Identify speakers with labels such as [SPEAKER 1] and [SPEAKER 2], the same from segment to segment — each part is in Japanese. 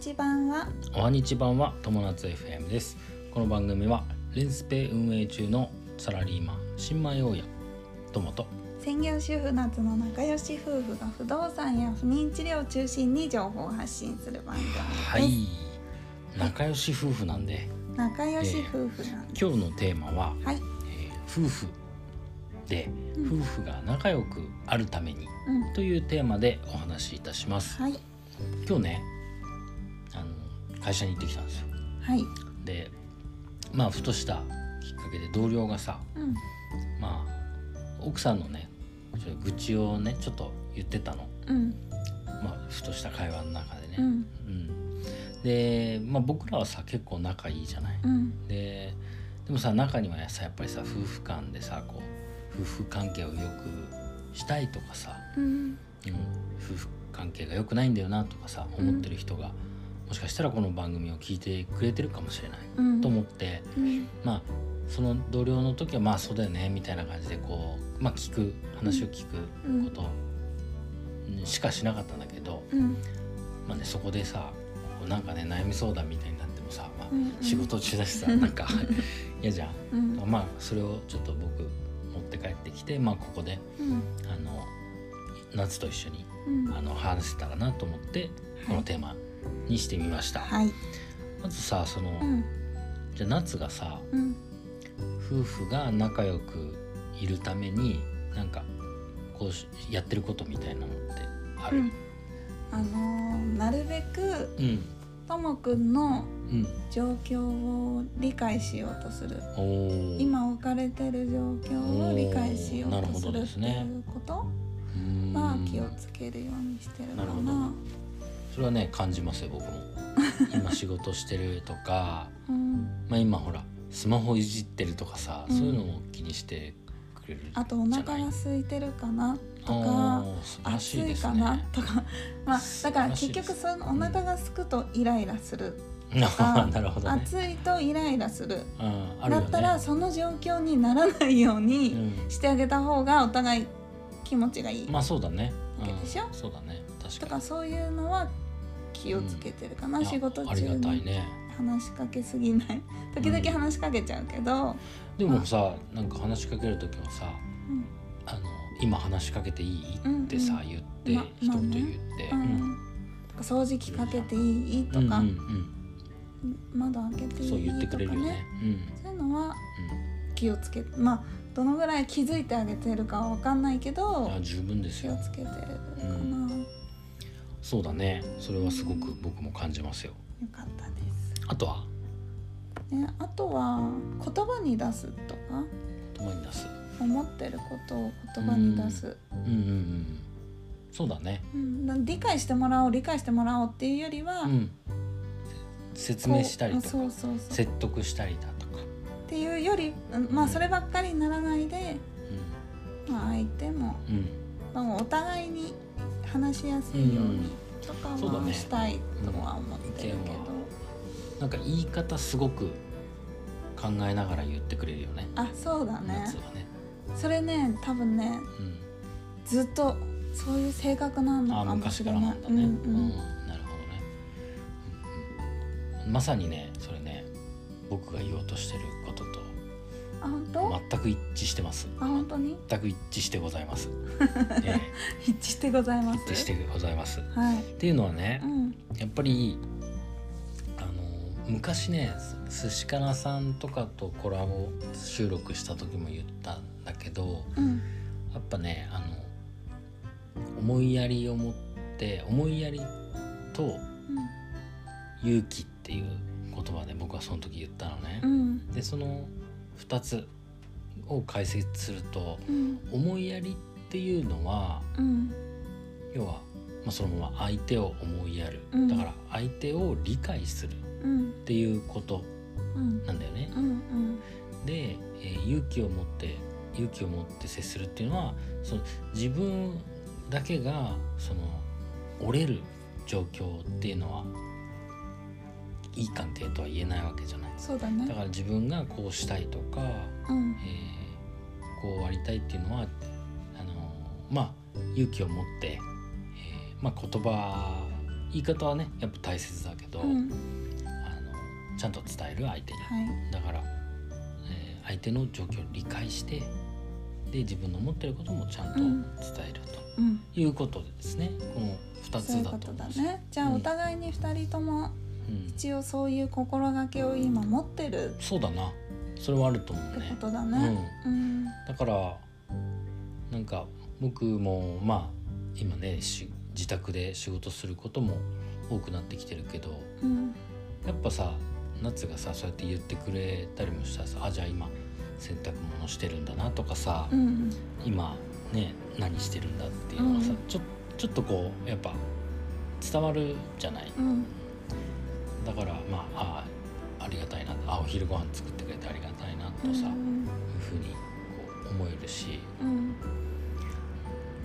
[SPEAKER 1] ち版は
[SPEAKER 2] おはにち版は友達 FM ですこの番組はレンスペ運営中のサラリーマン新米大家友と
[SPEAKER 1] 専業主婦夏の仲良し夫婦が不動産や不妊治療を中心に情報を発信する番組です、
[SPEAKER 2] はい仲良し夫婦なんで
[SPEAKER 1] 仲良し夫婦なんです、
[SPEAKER 2] 今日のテーマは、
[SPEAKER 1] はい、
[SPEAKER 2] えー夫婦で
[SPEAKER 1] う
[SPEAKER 2] 夫婦が仲良くあるために
[SPEAKER 1] うん、
[SPEAKER 2] というテーマでお話しいたします
[SPEAKER 1] はい
[SPEAKER 2] 今日ねあの会社に行ってきたんですよ
[SPEAKER 1] はい
[SPEAKER 2] でまあふとしたきっかけで同僚がさ、
[SPEAKER 1] うん
[SPEAKER 2] まあ奥さんのねちょっと愚痴をねちょっと言ってたの、
[SPEAKER 1] うん
[SPEAKER 2] まあ、ふとした会話の中でね、
[SPEAKER 1] うん
[SPEAKER 2] うんで、まあ、僕らはさ結構仲いいじゃない、
[SPEAKER 1] うん
[SPEAKER 2] ででもさ中にはさやっぱりさ夫婦間でさこう夫婦関係を良くしたいとかさ、
[SPEAKER 1] うん
[SPEAKER 2] うん、夫婦関係が良くないんだよなとかさ思ってる人が、もしかしたらこの番組を聞いてくれてるかもしれない、
[SPEAKER 1] うん
[SPEAKER 2] と思って
[SPEAKER 1] うん
[SPEAKER 2] まあその同僚の時はまあそうだよねみたいな感じでこう、まあ、聞く話を聞くことうんしかしなかったんだけど、
[SPEAKER 1] うん
[SPEAKER 2] まあね、そこでさこうなんかね悩み相談みたいになってもさ、ま
[SPEAKER 1] うんうん
[SPEAKER 2] あ、仕事中 だしさなんか嫌じゃ
[SPEAKER 1] う
[SPEAKER 2] ん。
[SPEAKER 1] ん
[SPEAKER 2] まあそれをちょっと僕持って帰ってきて、まあ、ここで
[SPEAKER 1] うん
[SPEAKER 2] あの夏と一緒に
[SPEAKER 1] うん
[SPEAKER 2] あの話せたらなと思ってこのテーマにしてみました。
[SPEAKER 1] はい
[SPEAKER 2] まずさその、
[SPEAKER 1] うん
[SPEAKER 2] じゃあ夏がさ、
[SPEAKER 1] うん
[SPEAKER 2] 夫婦が仲良くいるためになんかこうしやってることみたいなのってある、
[SPEAKER 1] あのーなるべく
[SPEAKER 2] うん、
[SPEAKER 1] ともくんの
[SPEAKER 2] うん
[SPEAKER 1] 状況を理解しようとする
[SPEAKER 2] おお
[SPEAKER 1] 今置かれてる状況を理解しよう
[SPEAKER 2] おーなる
[SPEAKER 1] と
[SPEAKER 2] ほ
[SPEAKER 1] す
[SPEAKER 2] ど
[SPEAKER 1] る
[SPEAKER 2] で
[SPEAKER 1] って
[SPEAKER 2] すね
[SPEAKER 1] いうこと
[SPEAKER 2] うん
[SPEAKER 1] は気をつけるようにしてるかな
[SPEAKER 2] なるほどそれはね感じますよ 僕も今仕事してるとか
[SPEAKER 1] うん、
[SPEAKER 2] まあ今ほらスマホいじってるとかさ、
[SPEAKER 1] うん
[SPEAKER 2] そういうのも気にしてくれる
[SPEAKER 1] あとお
[SPEAKER 2] じゃ
[SPEAKER 1] 腹
[SPEAKER 2] ない
[SPEAKER 1] が空いてるかなと
[SPEAKER 2] あ
[SPEAKER 1] か
[SPEAKER 2] ー素晴ら
[SPEAKER 1] 暑
[SPEAKER 2] しい
[SPEAKER 1] い
[SPEAKER 2] です
[SPEAKER 1] か
[SPEAKER 2] ね
[SPEAKER 1] なと かまあだから
[SPEAKER 2] 素晴らしい
[SPEAKER 1] 結
[SPEAKER 2] です
[SPEAKER 1] 局そのお腹が空くとイライラする、か
[SPEAKER 2] なるほどね
[SPEAKER 1] 暑いとイライラする
[SPEAKER 2] うんある
[SPEAKER 1] だ
[SPEAKER 2] よね
[SPEAKER 1] ったらその状況にならないよう
[SPEAKER 2] う
[SPEAKER 1] に
[SPEAKER 2] ん、
[SPEAKER 1] してあげた方がお互い気持ちがいい、
[SPEAKER 2] まあそうだね、
[SPEAKER 1] でしょ
[SPEAKER 2] うん、そうだね確
[SPEAKER 1] と
[SPEAKER 2] か
[SPEAKER 1] か
[SPEAKER 2] に
[SPEAKER 1] そういうのは気をつけてるかな、
[SPEAKER 2] いや
[SPEAKER 1] 仕事
[SPEAKER 2] あ
[SPEAKER 1] 中
[SPEAKER 2] りがたい
[SPEAKER 1] に
[SPEAKER 2] ね
[SPEAKER 1] 話しかけすぎない時々話しかけちゃうけど、
[SPEAKER 2] でもさなんか話しかける時はさ
[SPEAKER 1] うん
[SPEAKER 2] 「あの今話しかけていい?」ってさ、
[SPEAKER 1] うんうん
[SPEAKER 2] 言って、
[SPEAKER 1] ま
[SPEAKER 2] 一言言っ
[SPEAKER 1] う
[SPEAKER 2] て、
[SPEAKER 1] んとか掃除機かけていいと
[SPEAKER 2] うん
[SPEAKER 1] か、
[SPEAKER 2] うんうん
[SPEAKER 1] 窓開けていいとかね
[SPEAKER 2] そう言ってくれるよね
[SPEAKER 1] そういうのは気をつけまあどのぐらい気づいてあげてるかは分かんないけ
[SPEAKER 2] うん、
[SPEAKER 1] ど
[SPEAKER 2] あ十分です
[SPEAKER 1] 気を
[SPEAKER 2] よ
[SPEAKER 1] つけてるかな、
[SPEAKER 2] うん
[SPEAKER 1] よ
[SPEAKER 2] そうだねそれはすごく僕も感じますよ
[SPEAKER 1] かったです。
[SPEAKER 2] あとは
[SPEAKER 1] ね、あとは言葉に出すとか
[SPEAKER 2] 言葉に出す
[SPEAKER 1] 思ってることを言葉に出す、
[SPEAKER 2] うんうんうんそうだね
[SPEAKER 1] うんだ理解してもらおう理解してもらおうっていうよりは、こ
[SPEAKER 2] うん説明したりと
[SPEAKER 1] あそ
[SPEAKER 2] か
[SPEAKER 1] うそうそう
[SPEAKER 2] 説得したりだとか、
[SPEAKER 1] っていうよりうんまあそればっかりにならないで、まあ、相手も、
[SPEAKER 2] うんうん、
[SPEAKER 1] まあ、お互いに話しやすいよう
[SPEAKER 2] うん
[SPEAKER 1] にとか
[SPEAKER 2] そうだ
[SPEAKER 1] は
[SPEAKER 2] ね
[SPEAKER 1] したいとは思ってるけど、
[SPEAKER 2] うん意見はなんか言い方すごく考えながら言ってくれるよね
[SPEAKER 1] あそうだね
[SPEAKER 2] 夏はね、
[SPEAKER 1] それね多分ね
[SPEAKER 2] うん、
[SPEAKER 1] ずっとそういう性格なのか
[SPEAKER 2] あ
[SPEAKER 1] もし
[SPEAKER 2] 昔か
[SPEAKER 1] れ
[SPEAKER 2] ら
[SPEAKER 1] な
[SPEAKER 2] ないんだ
[SPEAKER 1] うん
[SPEAKER 2] ね、
[SPEAKER 1] う
[SPEAKER 2] うん
[SPEAKER 1] ん
[SPEAKER 2] なるほどね、うんうんまさにねそれね僕が言おうとしてることと
[SPEAKER 1] あ本当
[SPEAKER 2] 全く一致してます
[SPEAKER 1] あ本当に
[SPEAKER 2] 全く一致してございます、 え
[SPEAKER 1] 一致してござい
[SPEAKER 2] え
[SPEAKER 1] ま
[SPEAKER 2] 一致し
[SPEAKER 1] す
[SPEAKER 2] てございますっ
[SPEAKER 1] はい
[SPEAKER 2] ていうのはね
[SPEAKER 1] うん
[SPEAKER 2] やっぱりあの昔ねす寿司かなさんとかとコラボ収録した時も言ったんだけど
[SPEAKER 1] うん
[SPEAKER 2] やっぱねあの思いやりを持って思いやりと勇気っていう言葉で僕はその時言ったのね
[SPEAKER 1] う、ん
[SPEAKER 2] でその2つを解説すると
[SPEAKER 1] うん
[SPEAKER 2] 思いやりっていうのは
[SPEAKER 1] うん
[SPEAKER 2] 要は、まあ、そのまま相手を思いやる、
[SPEAKER 1] うん
[SPEAKER 2] だから相手を理解するっ
[SPEAKER 1] うん
[SPEAKER 2] ていうこと
[SPEAKER 1] うん
[SPEAKER 2] なんだよね。
[SPEAKER 1] うんうん
[SPEAKER 2] で、えー勇気を持って勇気を持って接するっていうのはその自分だけがその折れる状況っていうのはいい関係とは言えないわけじゃない
[SPEAKER 1] そうだ
[SPEAKER 2] だ
[SPEAKER 1] ね
[SPEAKER 2] から自分がこうしたいとか、
[SPEAKER 1] うん
[SPEAKER 2] えーこうありたいっていうのはあのーまあ勇気を持って、えーまあ、言葉言い方はねやっぱ大切だけど、
[SPEAKER 1] うん
[SPEAKER 2] あのちゃんと伝える相手に
[SPEAKER 1] はい
[SPEAKER 2] だから、えー相手の状況を理解してで自分の思ってることもちゃんと
[SPEAKER 1] うん
[SPEAKER 2] 伝えると
[SPEAKER 1] うん
[SPEAKER 2] いうことでですね、この2
[SPEAKER 1] そうい
[SPEAKER 2] つ
[SPEAKER 1] う
[SPEAKER 2] だ
[SPEAKER 1] ことと
[SPEAKER 2] 思
[SPEAKER 1] だ
[SPEAKER 2] うんですよ
[SPEAKER 1] ねじゃあお互いに2人とも
[SPEAKER 2] うん、
[SPEAKER 1] 一応そういう心がけを今持ってるっ
[SPEAKER 2] そうだなそれはあると思う
[SPEAKER 1] て
[SPEAKER 2] ね
[SPEAKER 1] ことだねうん
[SPEAKER 2] だからなんか僕もまあ今ねし自宅で仕事することも多くなってきてるけど
[SPEAKER 1] うん
[SPEAKER 2] やっぱさ夏がさそうやって言ってくれたりもしたらさあじゃあ今洗濯物してるんだなとかさ、
[SPEAKER 1] うん
[SPEAKER 2] 今ね何してるんだっていうのがさ、
[SPEAKER 1] うん
[SPEAKER 2] ちょちょっとこうやっぱ伝わるじゃない
[SPEAKER 1] うん
[SPEAKER 2] だからまあああありがたいなあお昼ご飯作ってくれてありがたいな
[SPEAKER 1] う
[SPEAKER 2] とさ、いうんふうにこう思えるし
[SPEAKER 1] うん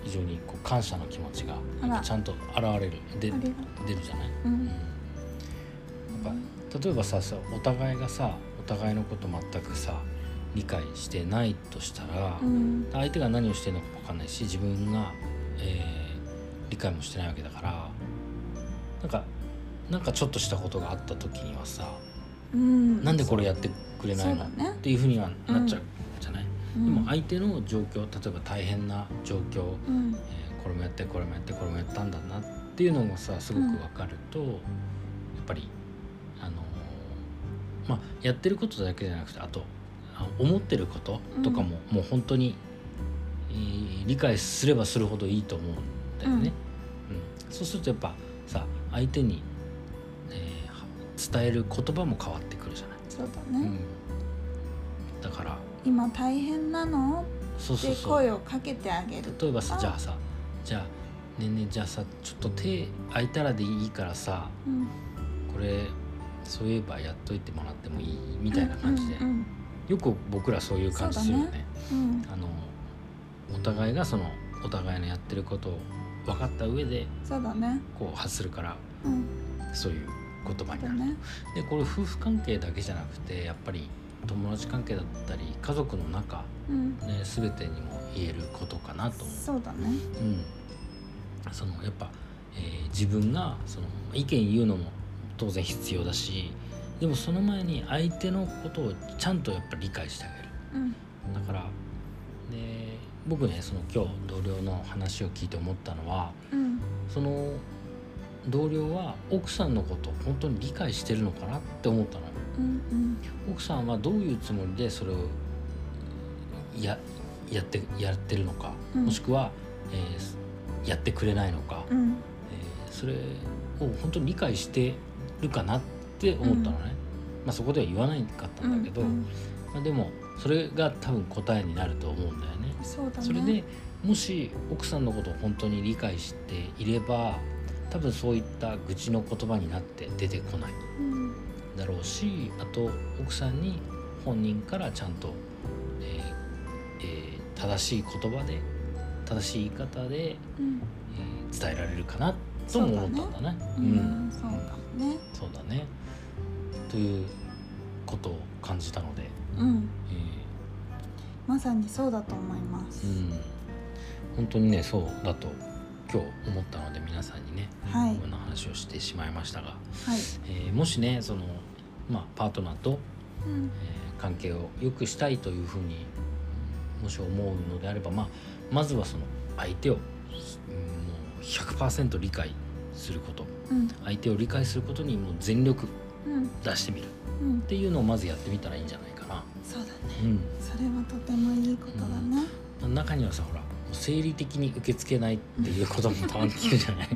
[SPEAKER 2] 非常にこう感謝の気持ちが
[SPEAKER 1] あら
[SPEAKER 2] やっぱちゃんと現れるで
[SPEAKER 1] ありが
[SPEAKER 2] 出るじゃない、
[SPEAKER 1] う
[SPEAKER 2] うん
[SPEAKER 1] ん
[SPEAKER 2] やっぱ例えばささお互いがさお互いのこと全くさ理解してないとしたら、
[SPEAKER 1] うん
[SPEAKER 2] 相手が何をしてるのかも分かんないし自分が、えー理解もしてないわけだからなんかなんかちょっとしたことがあった時にはさ
[SPEAKER 1] うん
[SPEAKER 2] なんでこれやってくれないの、
[SPEAKER 1] そうだね
[SPEAKER 2] っていうふうにはなっちゃうじゃない、
[SPEAKER 1] うん
[SPEAKER 2] でも相手の状況例えば大変な状況、
[SPEAKER 1] うん
[SPEAKER 2] えーこれもやってこれもやってこれもやったんだなっていうのもさすごく分かると、やっぱりあのーまあやってることだけじゃなくてあとあ思ってることとかも、もう本当に、えー理解すればするほどいいと思うんだよね。うんそうするとやっぱさ相手に、えーは伝える言葉も変わってくるじゃない。
[SPEAKER 1] そうだ
[SPEAKER 2] う
[SPEAKER 1] ね
[SPEAKER 2] んだから
[SPEAKER 1] 今大変なの
[SPEAKER 2] そう
[SPEAKER 1] っ
[SPEAKER 2] そう
[SPEAKER 1] て
[SPEAKER 2] そう
[SPEAKER 1] 声をかけてあげる
[SPEAKER 2] 例えばさ
[SPEAKER 1] あ
[SPEAKER 2] じゃあさじゃあねえねえじゃあさちょっと手空いたらでいいからさ
[SPEAKER 1] うん
[SPEAKER 2] これそういえばやっといてもらってもいいみたいな感じで、
[SPEAKER 1] うん
[SPEAKER 2] よく僕らそういう感じするよ
[SPEAKER 1] そうだ
[SPEAKER 2] ね。
[SPEAKER 1] うん
[SPEAKER 2] あのお互いがそのお互いのやってることを分かった上で
[SPEAKER 1] うんそうだね
[SPEAKER 2] こう発するから
[SPEAKER 1] うん
[SPEAKER 2] そういう言
[SPEAKER 1] そ
[SPEAKER 2] 葉
[SPEAKER 1] う
[SPEAKER 2] に
[SPEAKER 1] だ
[SPEAKER 2] なる。
[SPEAKER 1] ね
[SPEAKER 2] でこれ夫婦関係だけじゃなくてやっぱり友達関係だったり家族の中、
[SPEAKER 1] うん
[SPEAKER 2] ね、全てにも言えることかなと思う。
[SPEAKER 1] そうだね
[SPEAKER 2] うん、そのやっぱ、えー自分がその意見言うのも当然必要だしでもその前に相手のことをちゃんとやっぱ理解してあげる
[SPEAKER 1] うん
[SPEAKER 2] だからで僕ねその今日同僚の話を聞いて思ったのは
[SPEAKER 1] うん
[SPEAKER 2] その同僚は奥さんのことを本当に理解してるのかなって思ったの
[SPEAKER 1] うんうん
[SPEAKER 2] 奥さんはどういうつもりでそれをややってやってるのか、
[SPEAKER 1] うん
[SPEAKER 2] もしくは、えーやってくれないのか、
[SPEAKER 1] う
[SPEAKER 2] え
[SPEAKER 1] ん
[SPEAKER 2] ーそれを本当に理解してるかなって思ったのね、まあ、そこでは言わないかったんだけど、
[SPEAKER 1] うん
[SPEAKER 2] まあ、でもそれが多分答えになると思うんだよね。
[SPEAKER 1] そうだね
[SPEAKER 2] それでもし奥さんのことを本当に理解していれば多分そういった愚痴の言葉になって出てこない。
[SPEAKER 1] うん
[SPEAKER 2] だろうしあと奥さんに本人からちゃんと、えーえー正しい言葉で正しい言い方で、
[SPEAKER 1] うん
[SPEAKER 2] えー伝えられるかなとも思ったんだね。
[SPEAKER 1] う
[SPEAKER 2] うん
[SPEAKER 1] んそうかもね
[SPEAKER 2] そうだねということを感じたので、
[SPEAKER 1] うん
[SPEAKER 2] えー
[SPEAKER 1] まさにそうだと思います
[SPEAKER 2] うん、本当にねそうだと今日思ったので皆さんにね
[SPEAKER 1] はい
[SPEAKER 2] こんな話をしてしまいましたが、
[SPEAKER 1] はい
[SPEAKER 2] えーもしねその、まあ、パートナーと
[SPEAKER 1] うん
[SPEAKER 2] えー関係を良くしたいというふうにうんもし思うのであれば、まあ、まずはその相手をうんもう100%理解すること
[SPEAKER 1] うん
[SPEAKER 2] 相手を理解することにもう全力
[SPEAKER 1] うん
[SPEAKER 2] 出してみるっ
[SPEAKER 1] うん
[SPEAKER 2] ていうのをまずやってみたらいいんじゃないかな。
[SPEAKER 1] そうだね
[SPEAKER 2] う
[SPEAKER 1] それはとてもいいことだね
[SPEAKER 2] ん、中にはさほらもう生理的に受け付けないっていうこともたまに聞くじ ゃない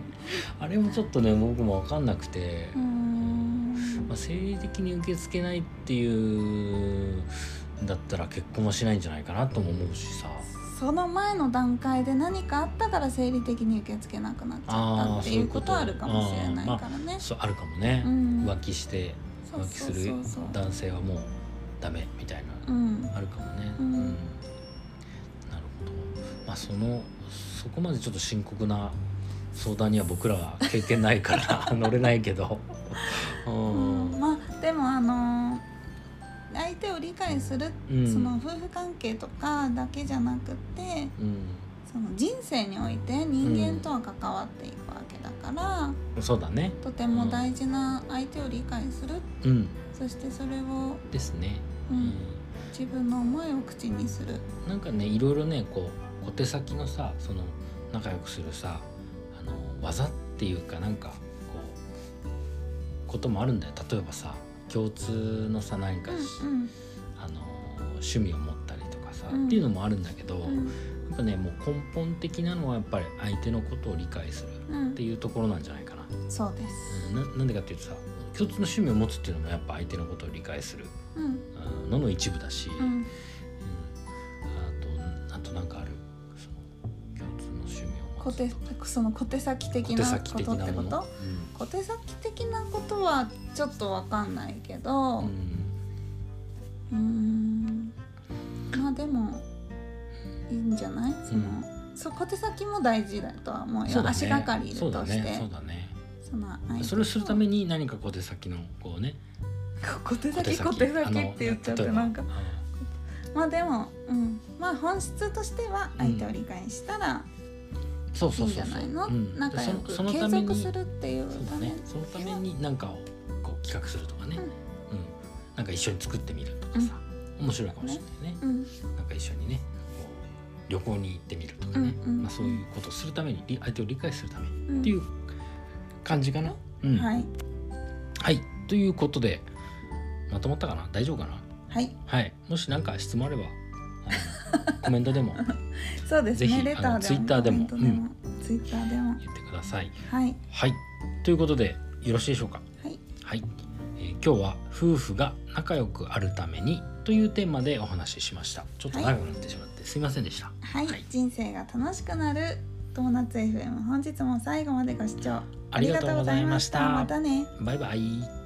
[SPEAKER 2] あれもちょっとね僕も分かんなくて、
[SPEAKER 1] うーん
[SPEAKER 2] まあ、生理的に受け付けないっていうんだったら結婚はしないんじゃないかなとも思うしさ
[SPEAKER 1] その前の段階で何かあったから生理的に受け付けなくなっちゃった
[SPEAKER 2] あー
[SPEAKER 1] って
[SPEAKER 2] そう
[SPEAKER 1] い
[SPEAKER 2] いう
[SPEAKER 1] う
[SPEAKER 2] こ
[SPEAKER 1] こととはあるかもしれないからね。
[SPEAKER 2] そうあるかもね、
[SPEAKER 1] うん
[SPEAKER 2] 浮気して
[SPEAKER 1] そう
[SPEAKER 2] 浮気
[SPEAKER 1] そ
[SPEAKER 2] す
[SPEAKER 1] う
[SPEAKER 2] る
[SPEAKER 1] そうそう。
[SPEAKER 2] 男性はもうダメみたいな、
[SPEAKER 1] うん
[SPEAKER 2] あるかもね、
[SPEAKER 1] うん
[SPEAKER 2] なるほどまあそのそこまでちょっと深刻な相談には僕らは経験ないから 乗れないけどうん
[SPEAKER 1] うんまあでもあのー相手を理解する、
[SPEAKER 2] うん
[SPEAKER 1] その夫婦関係とかだけじゃなくて
[SPEAKER 2] うん
[SPEAKER 1] その人生において人間とは関わっていくわけだから、
[SPEAKER 2] そうだね
[SPEAKER 1] とても大事な相手を理解する、
[SPEAKER 2] うん
[SPEAKER 1] そしてそれを、
[SPEAKER 2] ですね、
[SPEAKER 1] う
[SPEAKER 2] うんん、
[SPEAKER 1] 自分の思いを口にする。
[SPEAKER 2] なんかねいろいろねこう小手先のさその仲良くするさあの技っていうかなんかこうこともあるんだよ例えばさ共通のさ何かし、
[SPEAKER 1] うん
[SPEAKER 2] あの趣味を持ったりとかさ、
[SPEAKER 1] うん
[SPEAKER 2] っていうのもあるんだけど、
[SPEAKER 1] うんうん
[SPEAKER 2] やっぱねもう根本的なのはやっぱり相手のことを理解する
[SPEAKER 1] うん
[SPEAKER 2] っていうところなんじゃないかな。
[SPEAKER 1] そうです。
[SPEAKER 2] うんななんでかっていうとさ共通の趣味を持つっていうのもやっぱ相手のことを理解する
[SPEAKER 1] うん
[SPEAKER 2] うんのの一部だし、
[SPEAKER 1] う
[SPEAKER 2] うん
[SPEAKER 1] ん
[SPEAKER 2] あとあとなんかあるその共通の趣味を持
[SPEAKER 1] 小
[SPEAKER 2] つと
[SPEAKER 1] 手
[SPEAKER 2] か
[SPEAKER 1] その小手先的
[SPEAKER 2] 小手
[SPEAKER 1] な
[SPEAKER 2] 先
[SPEAKER 1] ことってこ
[SPEAKER 2] 的な
[SPEAKER 1] と
[SPEAKER 2] ものうん
[SPEAKER 1] 小手先的なことはちょっとわかんないけど、うーんまあでもいいんじゃないその、そう小手先も大事だとは思うよ
[SPEAKER 2] そうだね
[SPEAKER 1] 足がかりいる
[SPEAKER 2] そうだ
[SPEAKER 1] として
[SPEAKER 2] ねそうだね
[SPEAKER 1] その相手
[SPEAKER 2] それをするために何か小手先のこうね
[SPEAKER 1] 小手先小手
[SPEAKER 2] あ
[SPEAKER 1] 先
[SPEAKER 2] の
[SPEAKER 1] って言っちゃって
[SPEAKER 2] 例えば
[SPEAKER 1] なんか
[SPEAKER 2] うん
[SPEAKER 1] まあでも、うん、まあ本質としては相手を理解したら
[SPEAKER 2] そう
[SPEAKER 1] いい
[SPEAKER 2] そうん
[SPEAKER 1] じ
[SPEAKER 2] そう
[SPEAKER 1] ゃ
[SPEAKER 2] そ
[SPEAKER 1] な
[SPEAKER 2] う
[SPEAKER 1] いの、
[SPEAKER 2] うんで
[SPEAKER 1] 仲良く
[SPEAKER 2] そのそ
[SPEAKER 1] 継
[SPEAKER 2] のために
[SPEAKER 1] 続するっていう
[SPEAKER 2] そう
[SPEAKER 1] た
[SPEAKER 2] だ
[SPEAKER 1] め
[SPEAKER 2] ね。そのために何かをこう企画するとかね、
[SPEAKER 1] う
[SPEAKER 2] うんん、なんか一緒に作ってみるとかさ、面白いかもしれないね。
[SPEAKER 1] うん
[SPEAKER 2] なんか一緒にね、こう旅行に行ってみるとかね、
[SPEAKER 1] うんうん
[SPEAKER 2] まあそういうことをするために、り相手を理解するために
[SPEAKER 1] うん
[SPEAKER 2] っていう感じかな。うん、、
[SPEAKER 1] はいい
[SPEAKER 2] はい、ということでまとまったかな、大丈夫かな。
[SPEAKER 1] はい
[SPEAKER 2] はい、もし何か質問あれば、あのコメントでも
[SPEAKER 1] そうです
[SPEAKER 2] ぜ
[SPEAKER 1] ね
[SPEAKER 2] ひ
[SPEAKER 1] レターでも
[SPEAKER 2] あのツイッターでも
[SPEAKER 1] コメントでもツイッターでも
[SPEAKER 2] 言ってください。
[SPEAKER 1] はい
[SPEAKER 2] はい、ということでよろしいでしょうか。
[SPEAKER 1] はい
[SPEAKER 2] はい、えー今日は夫婦が仲良くあるためにというテーマでお話ししました。ちょっと長くなってしまって、すいませんでした。
[SPEAKER 1] はい、
[SPEAKER 2] はい
[SPEAKER 1] 人生が楽しくなる友達 FM 本日も最後までご視聴
[SPEAKER 2] ありがとうございました
[SPEAKER 1] ありがとうございましたまたね
[SPEAKER 2] バイバイ。